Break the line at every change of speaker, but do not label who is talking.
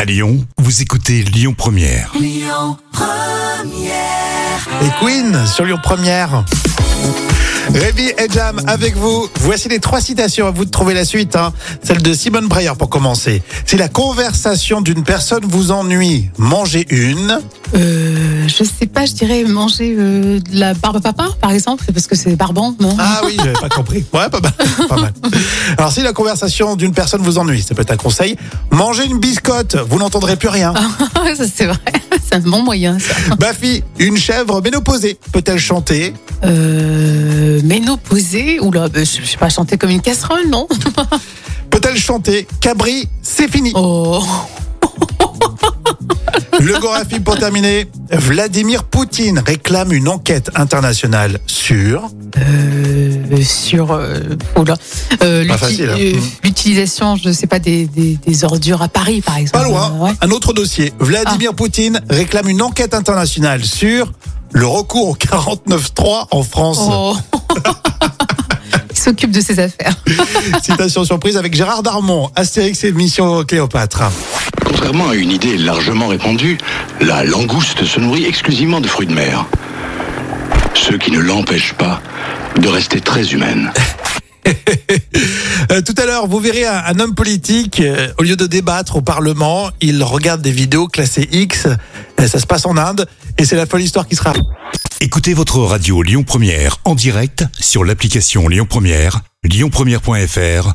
À Lyon, vous écoutez Lyon Première.
et Queen sur Lyon Première. Rémi et Jam avec vous. Voici les trois citations. À vous de trouver la suite. hein. Celle de Simone Breyer pour commencer. Si la conversation d'une personne vous ennuie, mangez une.
Euh, je sais pas, je dirais manger euh, de la barbe à papa, par exemple, parce que c'est barbant, non
Ah oui, j'avais pas compris. Ouais, pas mal, pas mal. Alors si la conversation d'une personne vous ennuie, ça peut être un conseil. Mangez une biscotte. Vous n'entendrez plus rien.
Ça, c'est vrai, c'est un bon moyen, ça.
Bafi, une chèvre ménopausée peut-elle chanter
Euh, ménopausée, oula, ben, je je sais pas, chanter comme une casserole, non
Peut-elle chanter Cabri, c'est fini.
Oh,
Le Gorafi pour terminer. Vladimir Poutine réclame une enquête internationale sur.
euh, sur, euh, oula, euh,
Pas
l'uti-
facile, hein.
euh,
Mmh.
l'utilisation, je sais pas, des, des, des ordures à Paris, par exemple.
Pas loin.
Euh, ouais. Ah.
Un autre dossier. Vladimir Poutine réclame une enquête internationale sur le recours au 49.3 en France.
Oh. Il s'occupe de ses affaires.
Citation surprise avec Gérard Darmon, Astérix et Mission Cléopâtre.
Contrairement à une idée largement répandue, la langouste se nourrit exclusivement de fruits de mer. Ce qui ne l'empêche pas de rester très humaine.
Euh, tout à l'heure, vous verrez un, un homme politique, euh, au lieu de débattre au Parlement, il regarde des vidéos classées X. Euh, ça se passe en Inde et c'est la folle histoire qui sera
Écoutez votre radio Lyon Première en direct sur l'application Lyon Première, lyonpremière.fr